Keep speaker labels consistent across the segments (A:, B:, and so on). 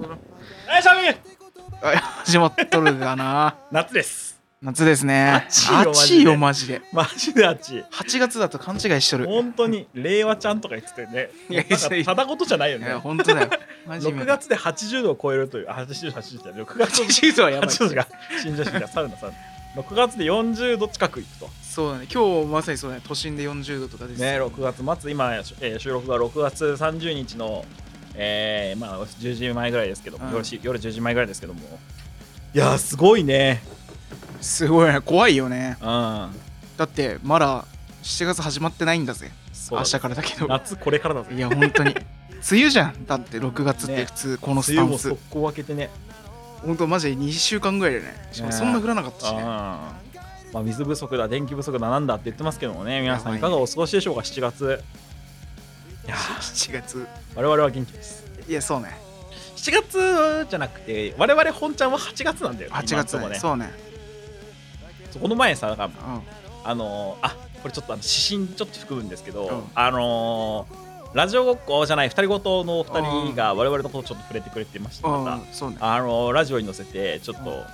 A: しゃべ
B: あ始まっとる だな。
A: 夏です
B: 夏ですね。
A: 暑
B: 暑
A: い
B: い
A: よ
B: よ、マジで。
A: マジで暑い
B: 8月だと勘違いしとる。
A: 本当に令和ちゃんとか言ってたよね
B: いやいや
A: なんかただごとじゃないよ
B: い
A: ね
B: や、本当だよ。マジで。
A: 6月で80度を超えるというあ80度80度じゃない6月の
B: シーズンはやばい。
A: 80度が新女子がサウナサウナ6月で40度近くいくと
B: そうだね。今日まさにそうだね。都心で40度とかです。
A: ね、6月末、今、えー収録が6月30日の、えーまあ、10時前ぐらいですけども、
B: うん
A: 夜し夜10時前ぐらいですけども、いやー、すごいね、
B: すごいね。怖いよね。
A: うん、
B: だって、まだ7月始まってないんだぜ。
A: そう
B: 明日からだけど。
A: 夏、これからだぜ、
B: いや、本当に。梅雨じゃん。だって6月っ
A: ね
B: て普通、このス
A: 梅
B: タ
A: 雨
B: ン
A: も
B: ス
A: 速。攻開けてね、
B: 本当、マジで2週間ぐらいだよね。しかもそんな降らなかっ
A: う
B: た
A: ん
B: しね。
A: まあ、水不足だ、電気不足だ、なんだって言ってますけどもね、皆さん、いかがお過ごしでしょうか、7月。いやー
B: 7月。
A: 我々は元気です。
B: いや、そうね。
A: 7月じゃなくて、我々本ちゃんは8月なんだよ、
B: 8月
A: 今んとこ
B: だ
A: ね
B: ね。。そうね。
A: そうこの前さ、なんか
B: うん。
A: あのーあこれちょっとあの指針ちょっと含むんですけど、
B: うん
A: あのーラジオごっこじゃない二人ごとのお二人が我々のことをちょっと触れてくれてましたま
B: う
A: た
B: ん。そうね。
A: あのーラジオに載せてちょっと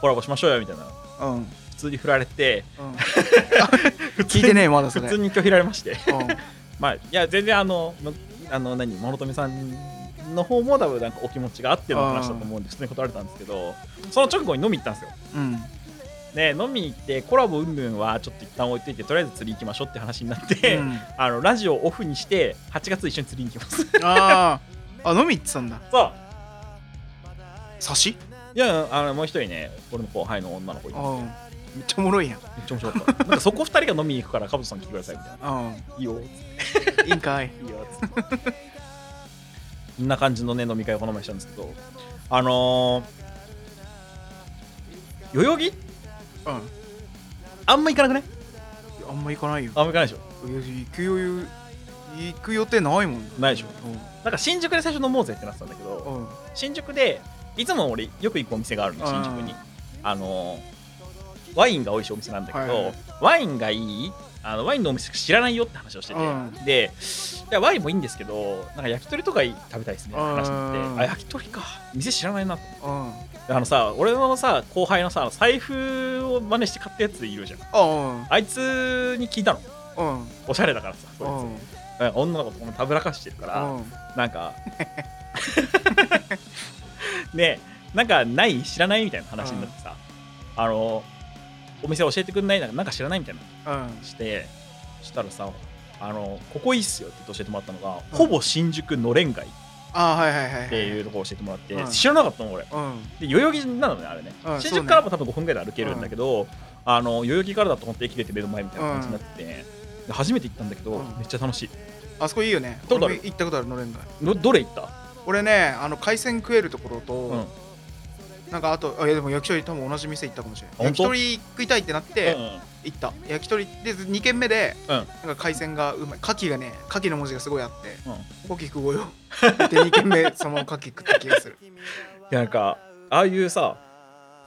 A: コラボしましょうよみたいな
B: うん。
A: 普通に振られて
B: うん
A: 普通
B: 聞い
A: に
B: てねえまだそ
A: 普
B: れ。
A: 通に拒否られまして
B: うん
A: まあいや全然あののあの何諸富さんの方も多分なんかお気持ちがあっての話だと思うんで普通に断られたんですけどその直後に飲み行ったんですよ
B: うん。
A: ね飲みに行ってコラボ云々はちょっと一旦置いといてとりあえず釣り行きましょうって話になって、
B: うん
A: あのラジオをオフにして8月一緒に釣りに行きます
B: あーあ、飲み行ってたんだ。
A: そう
B: 刺し
A: いやあのもう一人ね俺の後輩の女の子い
B: うん。
A: ます
B: めっちゃおもろいやん。
A: めっちゃ面白かったなんかそこ二人が飲みに行くからカブトさん来てくださいみたいな
B: う
A: いいよ
B: ん。いいんかい。
A: いいよつってそんな感じのね飲み会をこの前したんですけどあのー、代々木
B: うん。
A: あんま行かなくね
B: あんま行かないよ。
A: あんま行かないでしょ
B: いや行くよ行く予定ないもん。
A: ないでしょ
B: う
A: なんか新宿で最初飲もうぜってなってたんだけど、
B: ん。うん。
A: 新宿でいつも俺よく行くお店があるの新宿に
B: うん
A: あのーワインが美味しいお店なんだけど、
B: はいはい
A: ワインがいいあのワインのお店しか知らないよって話をしてて、
B: うん
A: でいやワインもいいんですけどなんか焼き鳥とかい食べたいですねって話になっ
B: う
A: て
B: ん
A: あ焼き鳥か店知らないなと思っ
B: うん。
A: てあのさ俺のさ後輩のさ財布を真似して買ったやついるじゃん
B: あ
A: あいつに聞いたの
B: あ。うん。うん。
A: おしゃれだからさ
B: う
A: そい
B: ん。
A: つなんか女の子とこのたぶらかしてるから、なんか ねなんかない知らないみたいな話になってさ、あのお店教えてくんないなんかなんか知らないみたいな
B: うん。
A: してそしたらさあのここいいっすよって教えてもらったのが、ほぼ新宿のれん街っ
B: あーはいはいはい。
A: ていうところ教えてもらって、
B: うん
A: 知らなかったの俺
B: うん。
A: で代々木なのねあれね、
B: うん
A: 新宿からも多分5分ぐらいで歩けるんだけど、あの代々木からだと本当駅出て目の前みたいな感じになってて、で初めて行ったんだけど、
B: うん
A: めっちゃ楽しい
B: あそこいいよね。
A: どこだ
B: 俺も行ったことあるのれんが。
A: どどれ行った、
B: 俺ね、あの海鮮食えるところ
A: うん
B: と、なんかあと、あいやでも焼き鳥多分同じ店行ったかもしれない。
A: 本
B: 焼
A: 当
B: き鳥食いたいってなって、
A: うん
B: 行った焼き鳥で2軒目で、
A: うん
B: なんか海鮮がうまい牡蠣がね牡蠣の文字がすごいあって
A: うん
B: 「牡蠣食おうよ」で2 軒目その牡蠣食った気がする
A: いやなんかああいうさ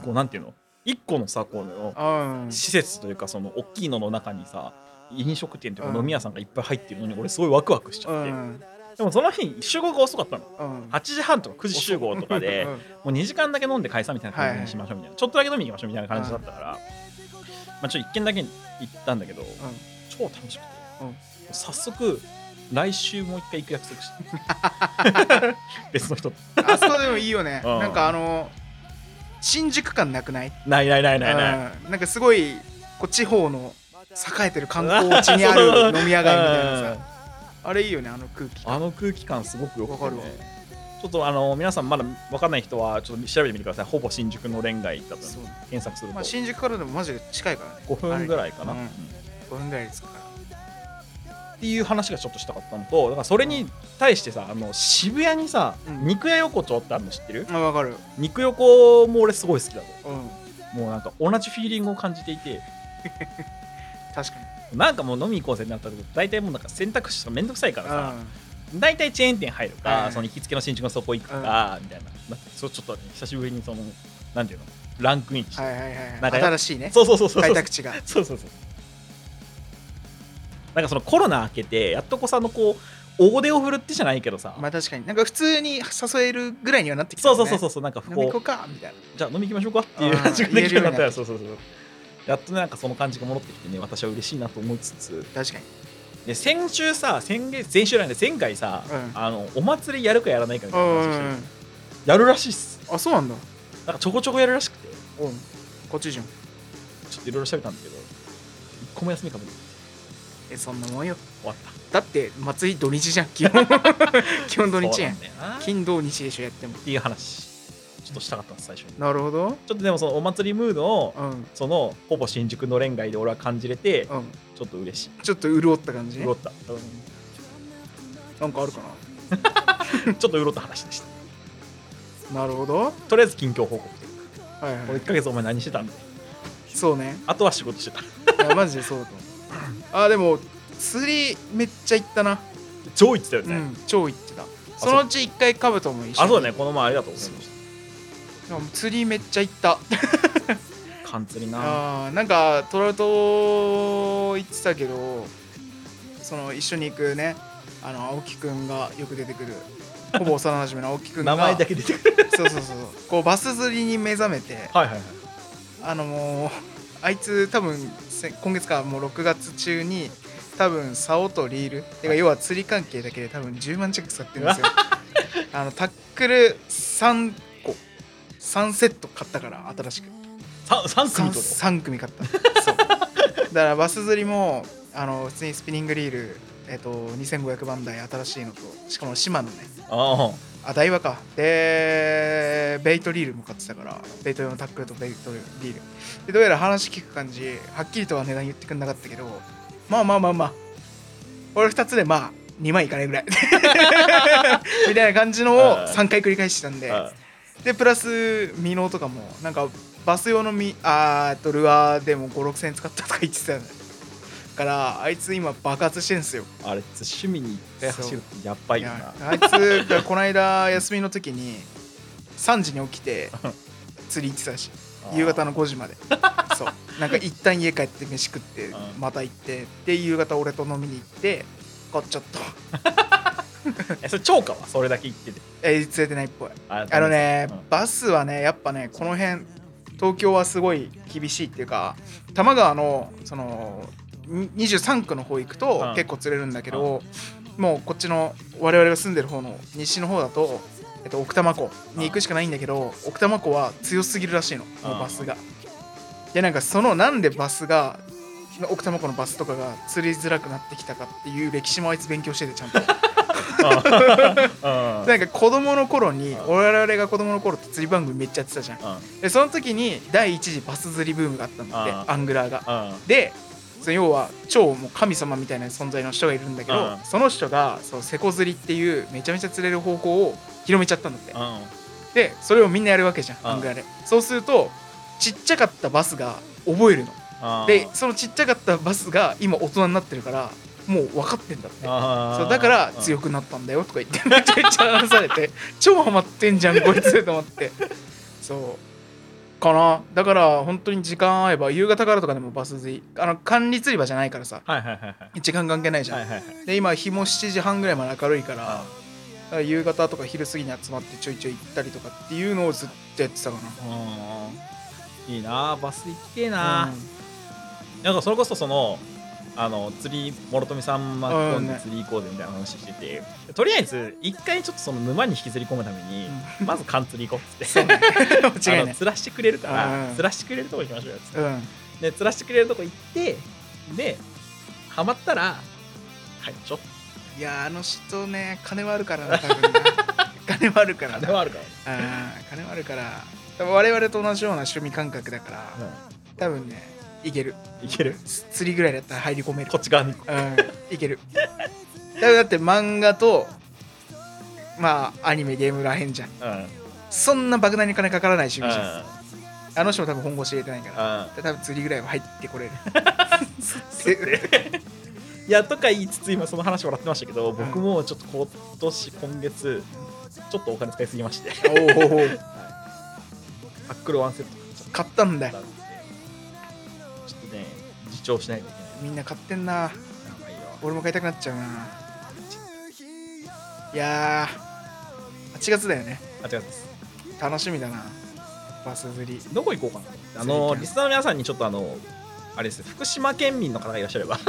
A: こうなんていうの一個のさこの
B: うん
A: 施設というかその大きいのの中にさ飲食店という
B: う
A: か
B: ん
A: 飲み屋さんがいっぱい入ってるのに俺すごいワクワクしち
B: う
A: ゃって、
B: ん
A: でもその日集合が遅かったの
B: うん
A: 8時半とか9時集合とかで
B: う
A: も
B: ん
A: う2時間だけ飲んで解散みたいな感じにしましょうみたいな、ちょっとだけ飲みに行きましょうみたいな感じだったから、まあ、ちょっと1軒だけ行ったんだけど、超楽しくて、
B: うん
A: 早速来週もう一回行く約束して 別の人と
B: あそこでもいいよね
A: うん
B: なんかあの新宿感なくない
A: ないないないないない、
B: うんなんかすごいこう地方の栄えてる観光地に ある飲み屋街みたいなさ
A: さ
B: あれいいよねあの空気
A: あの空気感すごくよくて
B: わかるわ
A: ちょっとあの皆さんまだ分かんない人はちょっと調べてみてくださいほぼ新宿の恋愛だと
B: そう
A: 検索すると
B: まあ新宿からでもマジで近いからね
A: 5分ぐらいかな、
B: うん
A: うんっ
B: 5分ぐらいですから
A: ていう話がちょっとしたかったのとだからそれに対してさあの渋谷にさ、
B: うん
A: 肉屋横丁ってあるの知ってる
B: あわかる
A: 肉横も俺すごい好きだと
B: うん
A: もうなんか同じフィーリングを感じていて
B: 確かに
A: なんかもう飲み行こうぜってなった時大体もうなんか選択肢とかめんどくさいからさ、
B: うん
A: 大体チェーン店入るか、
B: はい
A: その行きつけの新宿のそこ行くか、みたいな、まあそうちょっとね、久しぶりにその、なんていうの、ランクインして、
B: はいはいはい
A: なん
B: はい
A: か
B: 新しいね
A: そうそうそうそうそ
B: 開
A: う、
B: 拓地が
A: そうそうそう、なんかそのコロナ明けて、やっとこうさあのこう、大手を振るってじゃないけどさ、
B: まあ確かになんか普通に誘えるぐらいにはなってきた
A: そ
B: も
A: うんそ
B: ね、
A: うそうそうそうなんか不
B: 飲み行こ
A: 幸
B: うかみたいな
A: じゃあ飲み行きましょうかっていう
B: あー
A: 話ができるようになったら
B: 言えるようになった
A: そうそうそうやっとねなんかその感じが戻ってきてね私は嬉しいなと思いつつ
B: 確かに
A: で先週さ先月先週なんで前回さ、
B: うん
A: あのお祭りやるかやらないかみ
B: う
A: たいなん話し
B: う
A: て
B: んう
A: る
B: ん
A: やるらしいっす
B: あそうなんだ
A: なんかちょこちょこやるらしくて
B: おうこっちじゃん
A: ちょっといろいろ調べたんだけど一個も休みかぶって
B: えそんなもんよ
A: 終わった
B: だって祭り土日じゃん 基本基本土日
A: そう
B: や
A: なんんだよなっ
B: 金土日でしょやっても
A: ていう話ちょっとしたかったんです最初に
B: なるほど
A: ちょっとでもそのお祭りムードを
B: うん
A: そのほぼ新宿の連街で俺は感じれて
B: うん
A: ちょっと嬉しい
B: ちょっと潤った感じね
A: 潤った、うん
B: なんかあるか
A: ちょっと潤った話でした
B: ななるほど
A: とりあえず近況報告
B: はいは
A: これ
B: い
A: 1ヶ月お前何してたんだよ
B: そうね
A: あとは仕事してた
B: いやマジでそうだと思うあでも釣りめっちゃ行ったな、
A: 超言ってたよ
B: う
A: ね、
B: ん、超行ってたそのうち一回カブトも一緒に
A: あそうだねこの前ありがとうございまし
B: でも釣りめっちゃ行った
A: た缶釣りな
B: あーなんかトラウト行ってたけどその一緒に行くねあの青木くんがよく出てくるほぼ幼馴染の青木くんが
A: 名前だけ
B: け
A: 出てくる
B: そうそうそうこうバス釣りに目覚めて
A: はいはいはい
B: あのもうあいつ多分せ今月かもう6月中に多分竿とリールてか要は釣り関係だけで多分10万近く使ってるんで すよあのタックル3個3セット買ったから新しく
A: 3, 組
B: 三
A: との
B: 三組買ったそうだからバス釣りもあの普通にスピニングリール、えっと2500番台新しいのとしかも島のね
A: あ
B: あ台場かでベイトリールも買ってたからベイト用のタックルとベイトリールでどうやら話聞く感じはっきりとは値段言ってくんなかったけどまあまあまあまあ俺2つでまあ2万いかないぐ らいみたいな感じのを
A: あー
B: 3回繰り返してたんで
A: あ
B: でプラスミノとかもなんかバス用のミあーえっとルアーでも5 6千円使ったとか言ってたよねからあいつ今爆発してんすよ
A: あれ趣味に一回走るってやっばいよ
B: いや
A: な
B: あいつがこの間休みの時に3時に起きて釣り行ってたし夕方
A: の
B: の5時 までそうなんか一旦家帰って飯食って
A: うん
B: また行ってで夕方俺と飲みに行って買っちゃった
A: えそれ超かはそれだけ言ってて
B: え連れてないっぽい
A: あ
B: あのね、
A: うん
B: バスはねやっぱねこの辺東京はすごい厳しいっていうか多摩川のそのに23区の方行く
A: う
B: と
A: ん
B: 結構釣れるんだけど、もうこっちの我々が住んでる方の西の方だと、えっと、奥多摩湖に行くしかないんだけど奥多摩湖は強すぎるらしいのもうバスが。でなんかそのなんでバスが奥多摩湖のバスとかが釣りづらくなってきたかっていう歴史もあいつ勉強しててちゃんと。
A: うん
B: なんか子供の頃に
A: うん
B: 我々が子供の頃って釣り番組めっちゃやってたじゃん
A: うんうん
B: でその時に第一次バス釣りブームがあったんだって
A: あ
B: アングラーが
A: うん
B: でその要は超もう神様みたいな存在の人がいるんだけど
A: うん
B: その人がそのセコ釣りっていうめちゃめちゃ釣れる方法を広めちゃったんだって
A: うん
B: でそれをみんなやるわけじゃん
A: ん
B: アングラーでそうするとちっちゃかったバスが覚えるのでそのちっちゃかったバスが今大人になってるからもう分かってんだって
A: そ
B: そうだから強くなったんだよとか言ってめちゃめちゃ話されて 超ハマってんじゃ んこいつと思ってそうかなだから本当に時間合えば夕方からとかでもバス釣りあの管理釣り場じゃないからさ
A: はいはいはいはい
B: 時間関係ないじゃん、
A: はいはいはい
B: で今日も7時半ぐらいまで明るいから
A: あ
B: だから夕方とか昼過ぎに集まってちょいちょい行ったりとかっていうのをずっとやってたかな
A: うんいいなバス行きてえな
B: うん、
A: なんかそれこそそのあの釣り諸富さん巻き込んで釣り行こうぜみたいな話してて、とりあえず一回ちょっとその沼に引きずり込むために、まず缶釣り行こうっつ
B: そう
A: って。
B: ね間違
A: あ
B: い
A: の
B: ない
A: 釣らしてくれるか
B: う
A: ら
B: ん
A: 釣らしてくれるとこ行きましょうよっつって
B: うん
A: で釣らしてくれるとこ行ってでハマったら入りましょう
B: いやあの人ね金はあるからな多分 な金はあるから
A: あ
B: な
A: れはあるか
B: あー金はあるから多分我々と同じような趣味感覚だから
A: ら、
B: 多分ねいける
A: うんいける
B: つ釣りぐらいだったら入り込める
A: こっち側に行こ
B: うんいける多分だって漫画とまあアニメゲームらへんじゃん
A: う、うんうん
B: そんな莫大に金かからない趣味じゃん
A: う
B: あの人も多分本腰入れてないから
A: ん、
B: 多分釣りぐらいは入ってこれる
A: いやとか言いつつ今その話笑ってましたけど僕もちょっと今年今月ちょっとお金使いすぎまして
B: おうおうおう
A: タックルワンセット買っちゃっ
B: 買ったんだ
A: た
B: よ
A: んでちょっとね自重しないといけ
B: みんな買ってんな
A: ないやばいよ
B: 俺も買いたくなっちゃうないやー8月だよね
A: あ違うです
B: 楽しみだなバス 釣り
A: どこ行こうかなあのリスナーの皆さんにちょっとあのあれです福島県民の方がいらっしゃれ ば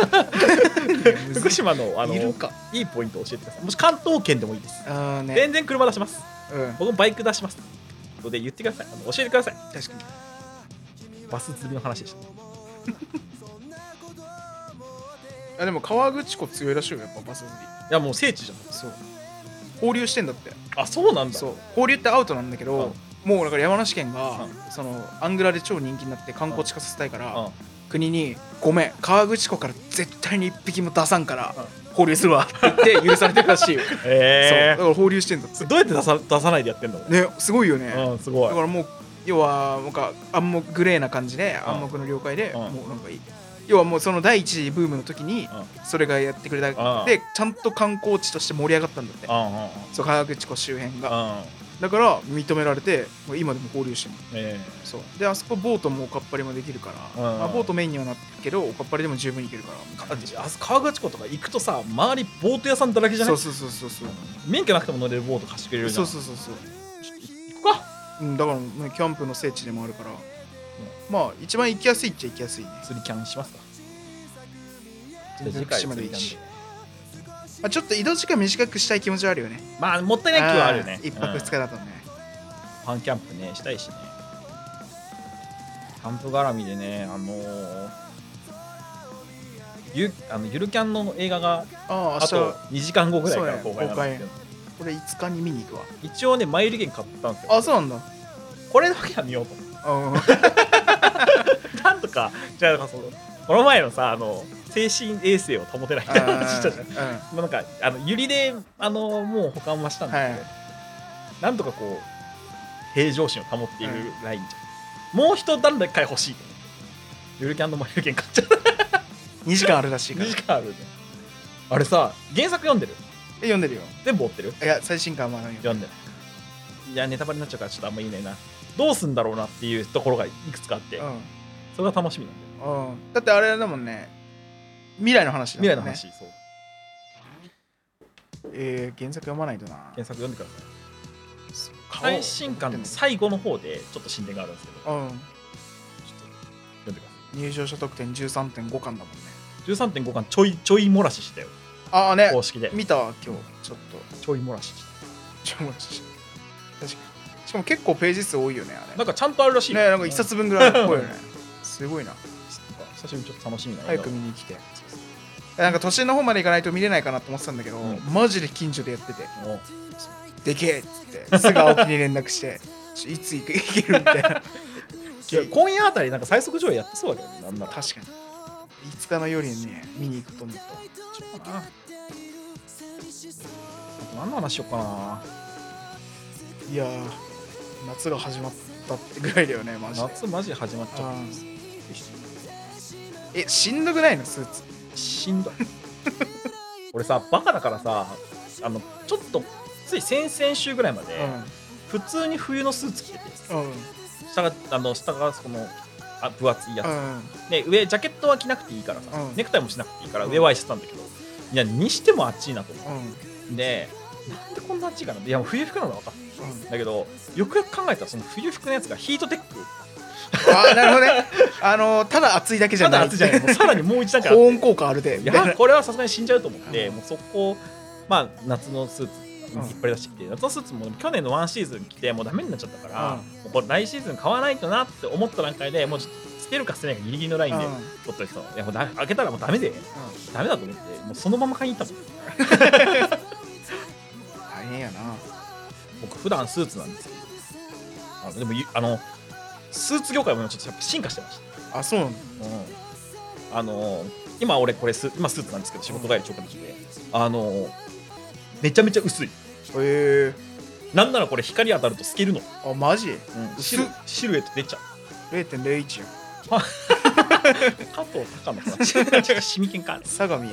A: 福島のあの
B: いる
A: い
B: か
A: いポイントを教えてくださいもし関東圏でもいいです
B: あーね
A: 全然車出します
B: うん
A: 僕もバイク出しますので言ってくださいあの教えてください
B: 確かに
A: バス釣りの話でした
B: あでも川口湖強いらしいよやっぱバス釣り
A: いやもう聖地じゃん
B: そう放流してんだって
A: あそうなんだ
B: そう放流ってアウトなんだけどもうだから山梨県がそのアングラで超人気になって観光地化させたいか
A: うん
B: ら国に「ごめん川口湖から絶対に1匹も出さんから放流するわ」って言って許されてるらしい よそうだ
A: え
B: から放流してんだっ
A: ー
B: て
A: どうやって出さ出さないでやってんの、
B: ねすごいよね
A: うんすごい
B: だからもう要はなんか暗黙グレーな感じで
A: うん
B: 暗黙の了解で
A: うん
B: もうなんかいい要はもうその第一次ブームの時に
A: う
B: それがやってくれ
A: う
B: た
A: ん
B: でちゃんと観光地として盛り上がったんだって
A: うんうんうん
B: そう川口湖周辺が
A: うん
B: だから認められてもう今でも交流してる
A: え
B: そうであそこボートもおかっぱりもできるか
A: う
B: ら、
A: ん
B: まあ、ボートメインにはなってるけどおかっぱりでも十分いけるから
A: ーああそこ川口湖とか行くとさ周りボート屋さんだらけじゃな
B: そ
A: いう
B: そうそうそうそう
A: 免許なくても乗れるボート貸してくれるじ
B: そ
A: ゃ
B: うんそうそうそう
A: ちょっと行こうか
B: うんだから、ね、キャンプの聖地でもあるから、まあ一番行きやすいっちゃ行きやすいね
A: 釣りキャンしますか
B: 全然
A: じゃあ次回
B: 福島でいい
A: 釣りキ
B: し
A: ャン
B: まあ、ちょっと移動時間短くしたい気持ちはあるよね。
A: でまあもったいない気はあるよね
B: あー一泊二日
A: うん
B: だとね。
A: ファンキャンプねしたいしねキャンプ絡みでねあのーゆあのゆるキャンの映画が
B: ああ、
A: あ
B: 明日、
A: と2時間後ぐらいから
B: そう
A: 公
B: や
A: 開なんですけど
B: これ5日に見に行くわ。
A: 一応ね前売り券買ったんですよ
B: あ、そうなんだ。
A: これだけは見ようと思って
B: うん。
A: なんとか、じゃあ、なんかその、この前のさ、あの、精神衛生を保てないって話したじゃん。
B: あ
A: まあなんか、あの、ゆりで、あの、もう保管はしたんだけど、
B: は
A: なんとかこう、平常心を保っているラインじゃん。もう一段階欲しい。ゆるキャンのマイル券買っちゃった。
B: うん、2時間あるらしいから。
A: 2
B: え
A: 時間あるね。あれさ、原作読んでる
B: 読んでるよ。
A: 全部追ってる
B: いや、最新刊はまだ読んで
A: 読んでない。いや、ネタバレになっちゃうから、ちょっとあんま言えないな。どうすんだろうなっていうところがいくつかあって、
B: ない
A: それが楽しみなんだよ。
B: うん。うん。だってあれだもんね。未来の話だも
A: 未
B: んね。
A: 来の話、そう。
B: えー、原作読まないとな。
A: 原作読んでください。
B: 顔
A: 最新刊の最後の方でちょっと進展があるんですけど、ちょっ
B: うん。
A: と読んでく
B: 入場者得点13.5巻だもんね。
A: ださい。13.5巻ちょいちょい漏らししたよ、
B: ああね、
A: 公式で。
B: 見たわ今日。ちょっと。
A: ちょい漏らしした。
B: ちょっと待って確かに。しかも結構ページ数多いよね、あれ。
A: なんかちゃんとあるらしいよ。
B: ねなんか一冊分ぐらいあるっぽいよねすごいな
A: 久しぶりにちょっと楽しみな
B: 早く見に来てなんか都心の方まで行かないと見れないかなと思ってたんだけど、
A: うんま
B: マジで近所でやってて
A: おう
B: でけえっつってすぐ青木に連絡して ちょいつ行く 行けるみたいな
A: いや今夜あたりなんか最速上映やってそうだけどね、なんなら。
B: 確かに5日の夜にね見に行くと思った
A: ちょっとな。あと何の話しよっかない
B: やー夏が始まったってぐらいだよねマジで
A: 夏マジで始まっちゃっ
B: えしんどくないのスーツ
A: た しんどい俺さバカだからさあのちょっとつい先々週ぐらいまで、普通に冬のスーツ着てて
B: うんうん
A: 下があの下がこのあ分厚いやつ、
B: うん
A: で上ジャケットは着なくていいからさ、
B: うん
A: ネクタイもしなくていいから
B: うん
A: 上はしてたんだけど、いやにしても暑いなと思
B: うん
A: ってでなんでこんな暑いかなっていやもう冬服なの分かった
B: うん
A: だけどよくよく考えたらその冬服のやつがヒートテック
B: あーなるほどねあのーただ暑いだけじゃ
A: た
B: な
A: だ
B: い
A: 暑いじゃないもうさらにもう一段 階あっ
B: 高
A: て
B: 温効果あるでみ
A: い
B: たい
A: や
B: な
A: これはさすがに死んじゃうと思って、
B: うん
A: もう速攻、まあ、夏のスーツ
B: うん
A: 引っ張り出してきて、夏のスーツも去年のワンシーズン着てもうダメになっちゃったから、
B: うん
A: もうこれ来シーズン買わないとなって思った段階でもうちょっと捨てるか捨てないかギリギリのラインで
B: うん
A: 取っといてたのいやもうだ開けたらもうダメでダメだと思ってもうそのまま買いに行ったもん
B: 大変やな
A: 僕普段スーツなんですよあのでもゆあのスーツ業界もちょっとやっぱ進化してました
B: あそうなんだ
A: うんあの今俺これス今スーツなんですけど仕事帰り直撃であのめちゃめちゃ薄い
B: へえ
A: なんならこれ光当たると透けるの、
B: あマジ
A: シ
B: 薄
A: ル
B: っ
A: シルエット出ちゃう
B: 0.01やん
A: 加藤隆の 話シミケンか
B: 相模やん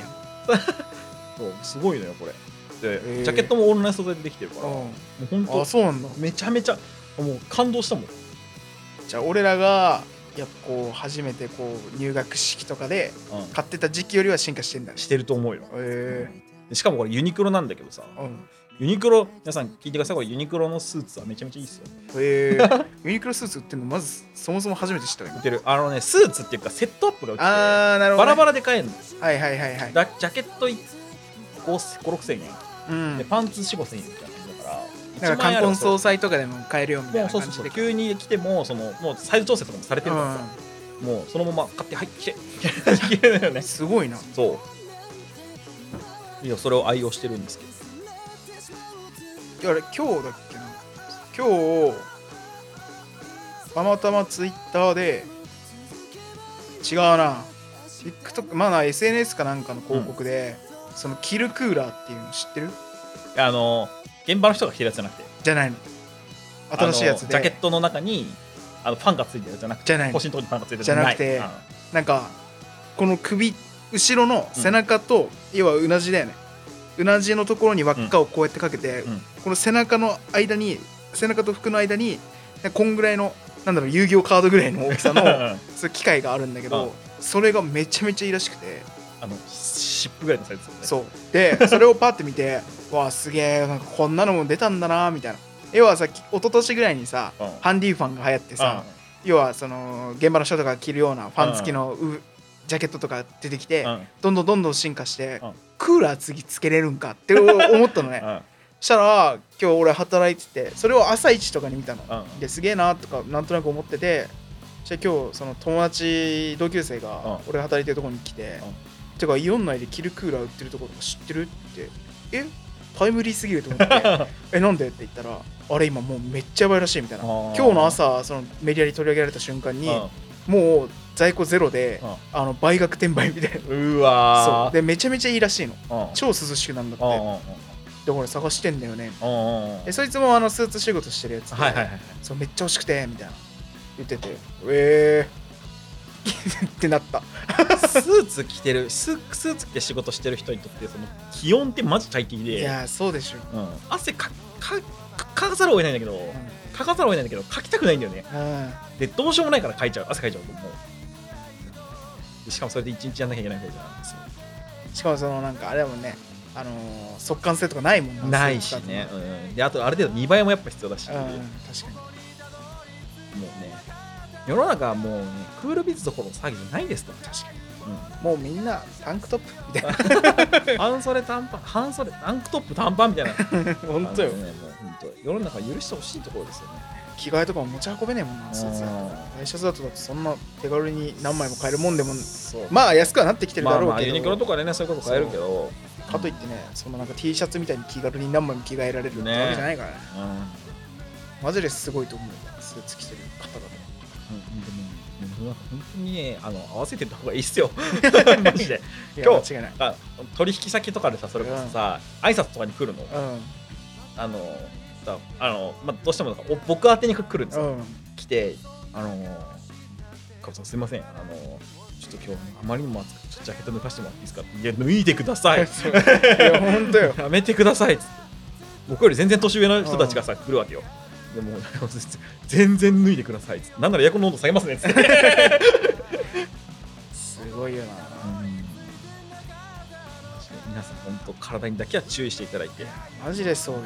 A: そうすごいのよこれで、
B: えー
A: ジャケットもオンライン素材でできてるから、も
B: う
A: うほん
B: ん
A: と
B: あそうなんだ
A: めちゃめちゃもう感動したもん
B: じゃあ俺らがやっぱこう初めてこう入学式とかで
A: うん
B: 買ってた時期よりは進化してんだね
A: してると思うよ
B: へえ
A: でしかもこれユニクロなんだけどさ
B: うん
A: ユニクロ皆さん聞いてくださいこれユニクロのスーツはめちゃめちゃいいですよ
B: え ー、ユニクロスーツ売ってるのまずそもそも初めて知ったわ
A: 売
B: 今
A: ってるあのねスーツっていうかセットアップが売って
B: あーな
A: て
B: るほ
A: バ
B: ど、
A: ラ
B: ね、
A: バラで買えるんですよ
B: はいはいはいはい、
A: だジャケット56,000円
B: うん、
A: でパンツ45,000円みたいな感じだから
B: なんか
A: 一万円あ
B: 冠
A: れば
B: 婚葬祭とかでも買えるよみた
A: も
B: い
A: う
B: な
A: そう
B: 感
A: そう
B: じ
A: そう
B: で
A: 急に来てもそのもうサイズ調整とかもされてるからさ、もうそのまま買ってはい着て着れるのよ
B: うん
A: ね
B: すごいな
A: そういやそれを愛用してるんですけど
B: いやあれ今日だっけな今日たまたまツイッターで違うな TikTok まあな SNS かなんかの広告で、そのキルクーラーっていうの知ってる
A: あの現場の人が着てるやつじゃなくて
B: じゃないの新しいやつ
A: あ
B: で
A: のジャケットの中にあのファンがついてるやつじゃなくて
B: じゃない
A: 腰のとこにファンがついてるやつ
B: じゃなくて
A: い
B: なんかこの首後ろの背中と、要はうなじだよねうなじのところに輪っかをこうやってかけて、
A: うんうん
B: この背中の間に背中と服の間にこんぐらいのなんだろう遊戯王カードぐらいの大き さ
A: うん
B: の
A: あ
B: そういう機械があるんだけど、
A: うん
B: それがめちゃめちゃいいらしくて
A: の湿布ぐらいのサイズですよね
B: そ うでそれをパッて見てわあすげえなんかこんなのも出たんだなみたいな要はさき一昨年ぐらいにさ、
A: うん
B: ハンディファンが流行ってさ、要はその現場の人とか着るようなファン付きのう、ジャケットとか出てきて、
A: うんうん
B: どんどんどんどん進化して、
A: うん
B: クーラー次つけれるんかって思ったのね
A: うん
B: したら今日俺働いててそれを朝一とかに見たの、
A: うん
B: ですげえなとかなんとなく思っててそして今日その友達同級生が
A: う
B: 俺が働いてるとこに来て、てかイオン内で着るクーラー売ってるところとか知ってるってえタイムリーすぎると思って えなんでって言ったらあれ今もうめっちゃやばいらしいみたいな
A: あー
B: 今日の朝そのメディアに取り上げられた瞬間に、もう在庫ゼロで、あの倍額転売みたいな
A: うんうわ
B: そうでめちゃめちゃいいらしいの
A: ー
B: 超涼しくなるんだっ
A: うんうん
B: てで俺探してんだよね
A: うんうんうん
B: えそいつもあのスーツ仕事してるやつで、
A: はいはいはい
B: そうめっちゃ欲しくてみたいな言っててええー、 ってなった
A: スーツ着てるススーツ着て仕事してる人にとってその気温ってマジ大敵
B: い
A: で、
B: やーそうでしょ、
A: うん、汗かかかかざるを得ないんだけど
B: うん
A: かかざるを得ないんだけどかきたくないんだよね
B: うん
A: でどうしようもないからかいちゃう汗かいちゃうともうしかもそれで一日やんなきゃいけないみたいじゃないですよ
B: しかもそのなんかあれだもんねあのー速乾性とかないもん
A: ないしね、うん、であとある程度見栄えもやっぱ必要だし、
B: うん、
A: も
B: う
A: うんね
B: 確か
A: 世の中はもう、ね、クールビズどころの詐欺じゃないですと 確か
B: にもうみんなタンクトップみたいな
A: に、うん、半袖短パン半袖タンクトップ短パンみたいな
B: 本当よ
A: あのねもう 本当世の中許してほしいところですよね
B: 着替えとかも持ち運べねえもんなスーツだと
A: う
B: 大シャツだとだってそんな手軽に何枚も買えるもんでも
A: そう
B: まあ安くはなってきてるだろうけど、
A: まあまあユニクロとかでねそういうこと買えるけど
B: かといってねそのなんか T シャツみたいに気軽に何枚も着替えられるってわけじゃないからね
A: うん、うん
B: マジですごいと思うスーツ着てる方々
A: でも本当にねあの合わせてた方がいいっす よマジで
B: いや
A: 今日
B: 間違いない
A: あ取引先とかでさそれこそさ、挨拶とかに来るのあのさあの、まあ、どうしてもなんかお僕宛てに来るんです
B: う
A: よ、
B: んうん
A: 来てあのかぶさんすいませんあのちょっと今日あまりにも暑くてちょっとジャケット脱がしてもらっていいですかいや脱いでください
B: いや本当よ
A: やめてくださいっつって僕より全然年上の人たちがさ、来るわけよでもう全然脱いでくださいっつってなんならエアコンの温度下げ ますねっつって
B: すごいよな
A: 皆さん本当体にだけは注意していただいて
B: マジでそうよ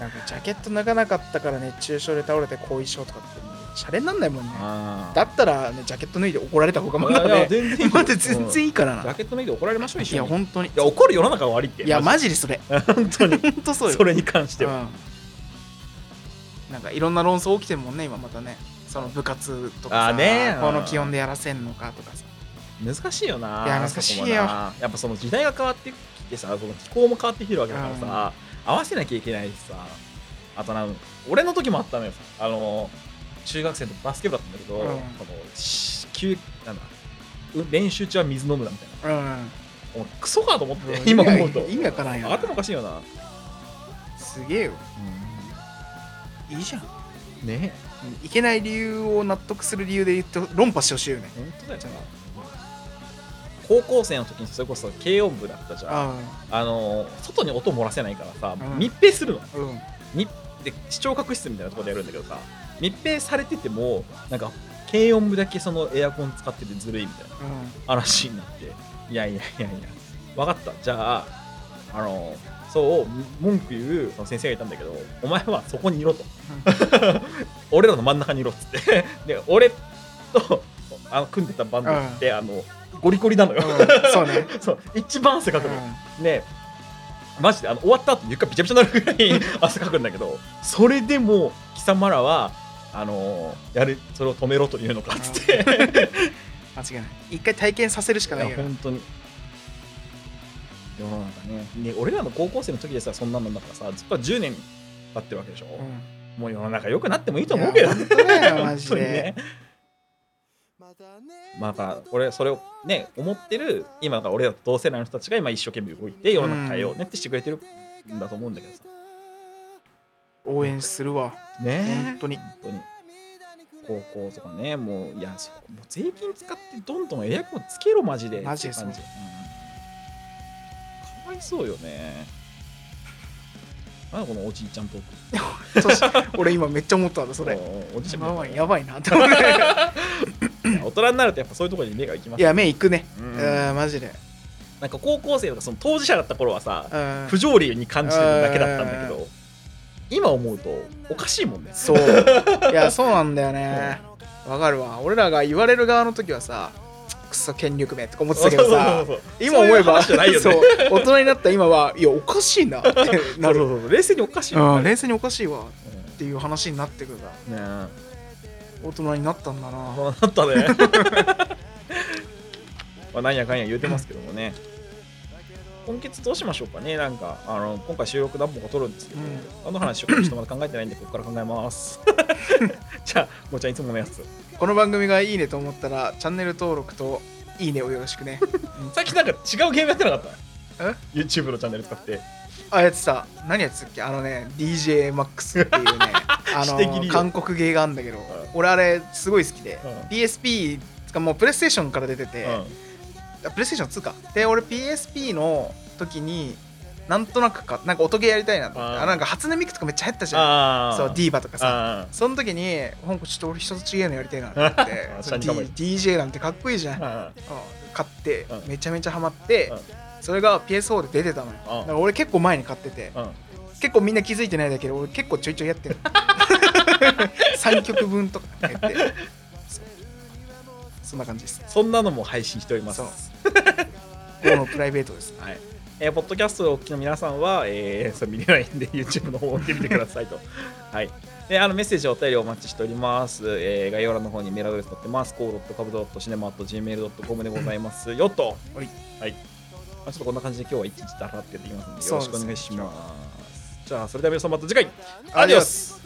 B: なんかジャケット脱がなかったから熱中症で倒れて後遺症とかってもうシャレになんないもんね
A: あ
B: だったらねジャケット脱いで怒られた方がまだ
A: いやいや
B: ね
A: 全 然いいよ
B: まだ全然いいから
A: ジャ
B: な
A: ケット脱いで怒られましょう一
B: い
A: 緒
B: や
A: に
B: 本当に
A: いや怒る世の中が悪いって
B: いや
A: マ
B: マジでそれ
A: ジで本当に
B: 本当そうよ
A: それに関しては、
B: うん、なんかいろんな論争起きてるもんね今またねその部活とか
A: あ
B: さ
A: ーねー
B: この気温でやらせんのかとかさ
A: 難しいよない
B: や難しいよ
A: そこもなやっぱその時代が変わってきてさその気候も変わってきてるわけだからさ、合わせなきゃいけないしさあとなん俺の時もあったのよあの中学生の時バスケ部だったんだけど、
B: うん
A: このし休なんだう練習中は水飲むなみたいな
B: うん
A: もうクソかと思って、今思うと
B: 意味わからんよな
A: 頭おかしいよな、
B: すげえよいいじゃん
A: ね
B: いけない理由を納得する理由で言って論破してほしいよね
A: 本当だよな高校生の時にそれこそ軽音部だったじゃんあ
B: あ
A: の外に音漏らせないからさ、
B: うん
A: 密閉するの
B: あ うん
A: 密で視聴覚室みたいなところでやるんだけどさ密閉されててもなんか軽音部だけそのエアコン使っててずるいみたいな話になっていやいやいやいや分かったじゃああのそう文句言うその先生がいたんだけどお前はそこにいろ と俺らの真ん中にいろっつってで俺とあの組んでたバンドって、あのゴリゴリなのよ、
B: うんそうね
A: そう一番汗かくのよ、
B: う
A: ねマジであの終わった後床びちゃびちゃになるぐら い汗かくんだけどそれでも貴様らはあのーやるそれを止めろというのかっつっ て
B: ん間違いない一回体験させるしか
A: い
B: ない
A: や
B: よ
A: 本当に世の中ねね俺らの高校生の時でさそんなんなんだからさずっと10年経ってるわけでしょ、
B: うん
A: もう世の中良くなってもいいと
B: い
A: 思
B: や
A: うけど
B: 本当だよマジ
A: 本当に
B: で
A: ねまあだから俺それをね思ってる今だから俺らと同世代の人たちが今一生懸命動いて世の中変えようねってしてくれてるんだと思うんだけどさ
B: 応援するわ
A: ね
B: 本当に
A: 本当に高校とかねもういやそうもう税金使ってどんどんエアコンつけろマジで
B: マジでそう
A: って感じうんかわいそうよねなんだこのおじいちゃんと
B: そして俺今めっちゃ思ったんだそれ
A: おじいちゃん
B: や
A: トー
B: ば
A: ク
B: いやばいなって 思って
A: いや大人になるとやっぱそういうところに目が行きま
B: い
A: すね
B: や目いくね
A: う
B: うんんマジで
A: なんか高校生とかその当事者だった頃はさ
B: うん
A: 不条理に感じてるだけだったんだけど今思うとおかしいもんね
B: そういやそうなんだよねわかるわ俺らが言われる側の時はさくそ権力名とか思ってたけど
A: そ
B: さ
A: うそうそうそう
B: 今思えば
A: そういう話じゃないよね
B: そう大人になった今はいやおかしいなって
A: そ
B: な
A: うそ
B: る
A: うそう冷静におかしいよ
B: うん
A: ね
B: 冷静におかしいわ
A: う
B: っ
A: ん
B: ていう話になってくるから
A: ねえ
B: 大人になったんだな
A: そうなったね まあなんやかんや言うてますけどもね今月どうしましょうかねなんかあの今回収録何本か撮るんですけど、
B: うん
A: あの話ちょっとまだ考えてないんでここから考えます じゃあもうちゃんいつものやつ
B: この番組がいいねと思ったらチャンネル登録といいねをよろしくね
A: さっきなんか違うゲームやってなかった
B: え
A: YouTube のチャンネル使って
B: あやつさ何やつだっけあのね DJMAX っていう ねあ
A: 私的に
B: の
A: よ
B: 韓国芸があるんだけど俺あれすごい好きで
A: うん
B: PSP つかもうプレイステーションから出てて、
A: うん
B: あプレイステーション2かで俺 PSP の時になんとなくかなんか音ゲーやりたいなと思って
A: あー
B: あなんか初音ミクとかめっちゃ流行ったじゃん
A: ああ
B: そうディーバとかさ
A: あ
B: その時にほんこちょっと俺人と違えのやりたいなと思って
A: あ下
B: その
A: に構え
B: D- DJ なんてかっこいいじゃん、
A: あ
B: うん
A: あ
B: 買って
A: うん
B: めちゃめちゃハマって、
A: うん
B: それが PS4 で出てたのよ
A: あ
B: だから俺結構前に買ってて
A: あうん
B: 結構みんな気づいてないだけど俺結構ちょいちょいやってる3曲分とかやってそうそんな感じです
A: そんなのも配信しております
B: そうこのプライベートです
A: はい。えーポッドキャストをお聞きの皆さんは、えー、そう見れないんで、YouTube の方を見てみてくださいと。 はい。で、あのメッセージ、お便りをお待ちしております。えー概要欄の方にメールアドレス載ってます。c o c a b c i n e m a g m a i l c o m でございますよと。
B: はい。
A: はい。まあ、ちょっとこんな感じで今日は一日だらってやっていきますので、
B: そ
A: よ
B: う
A: ろ
B: です
A: し
B: ね
A: くお願いします。じゃあ、それでは皆さんまた次回、
B: アディオス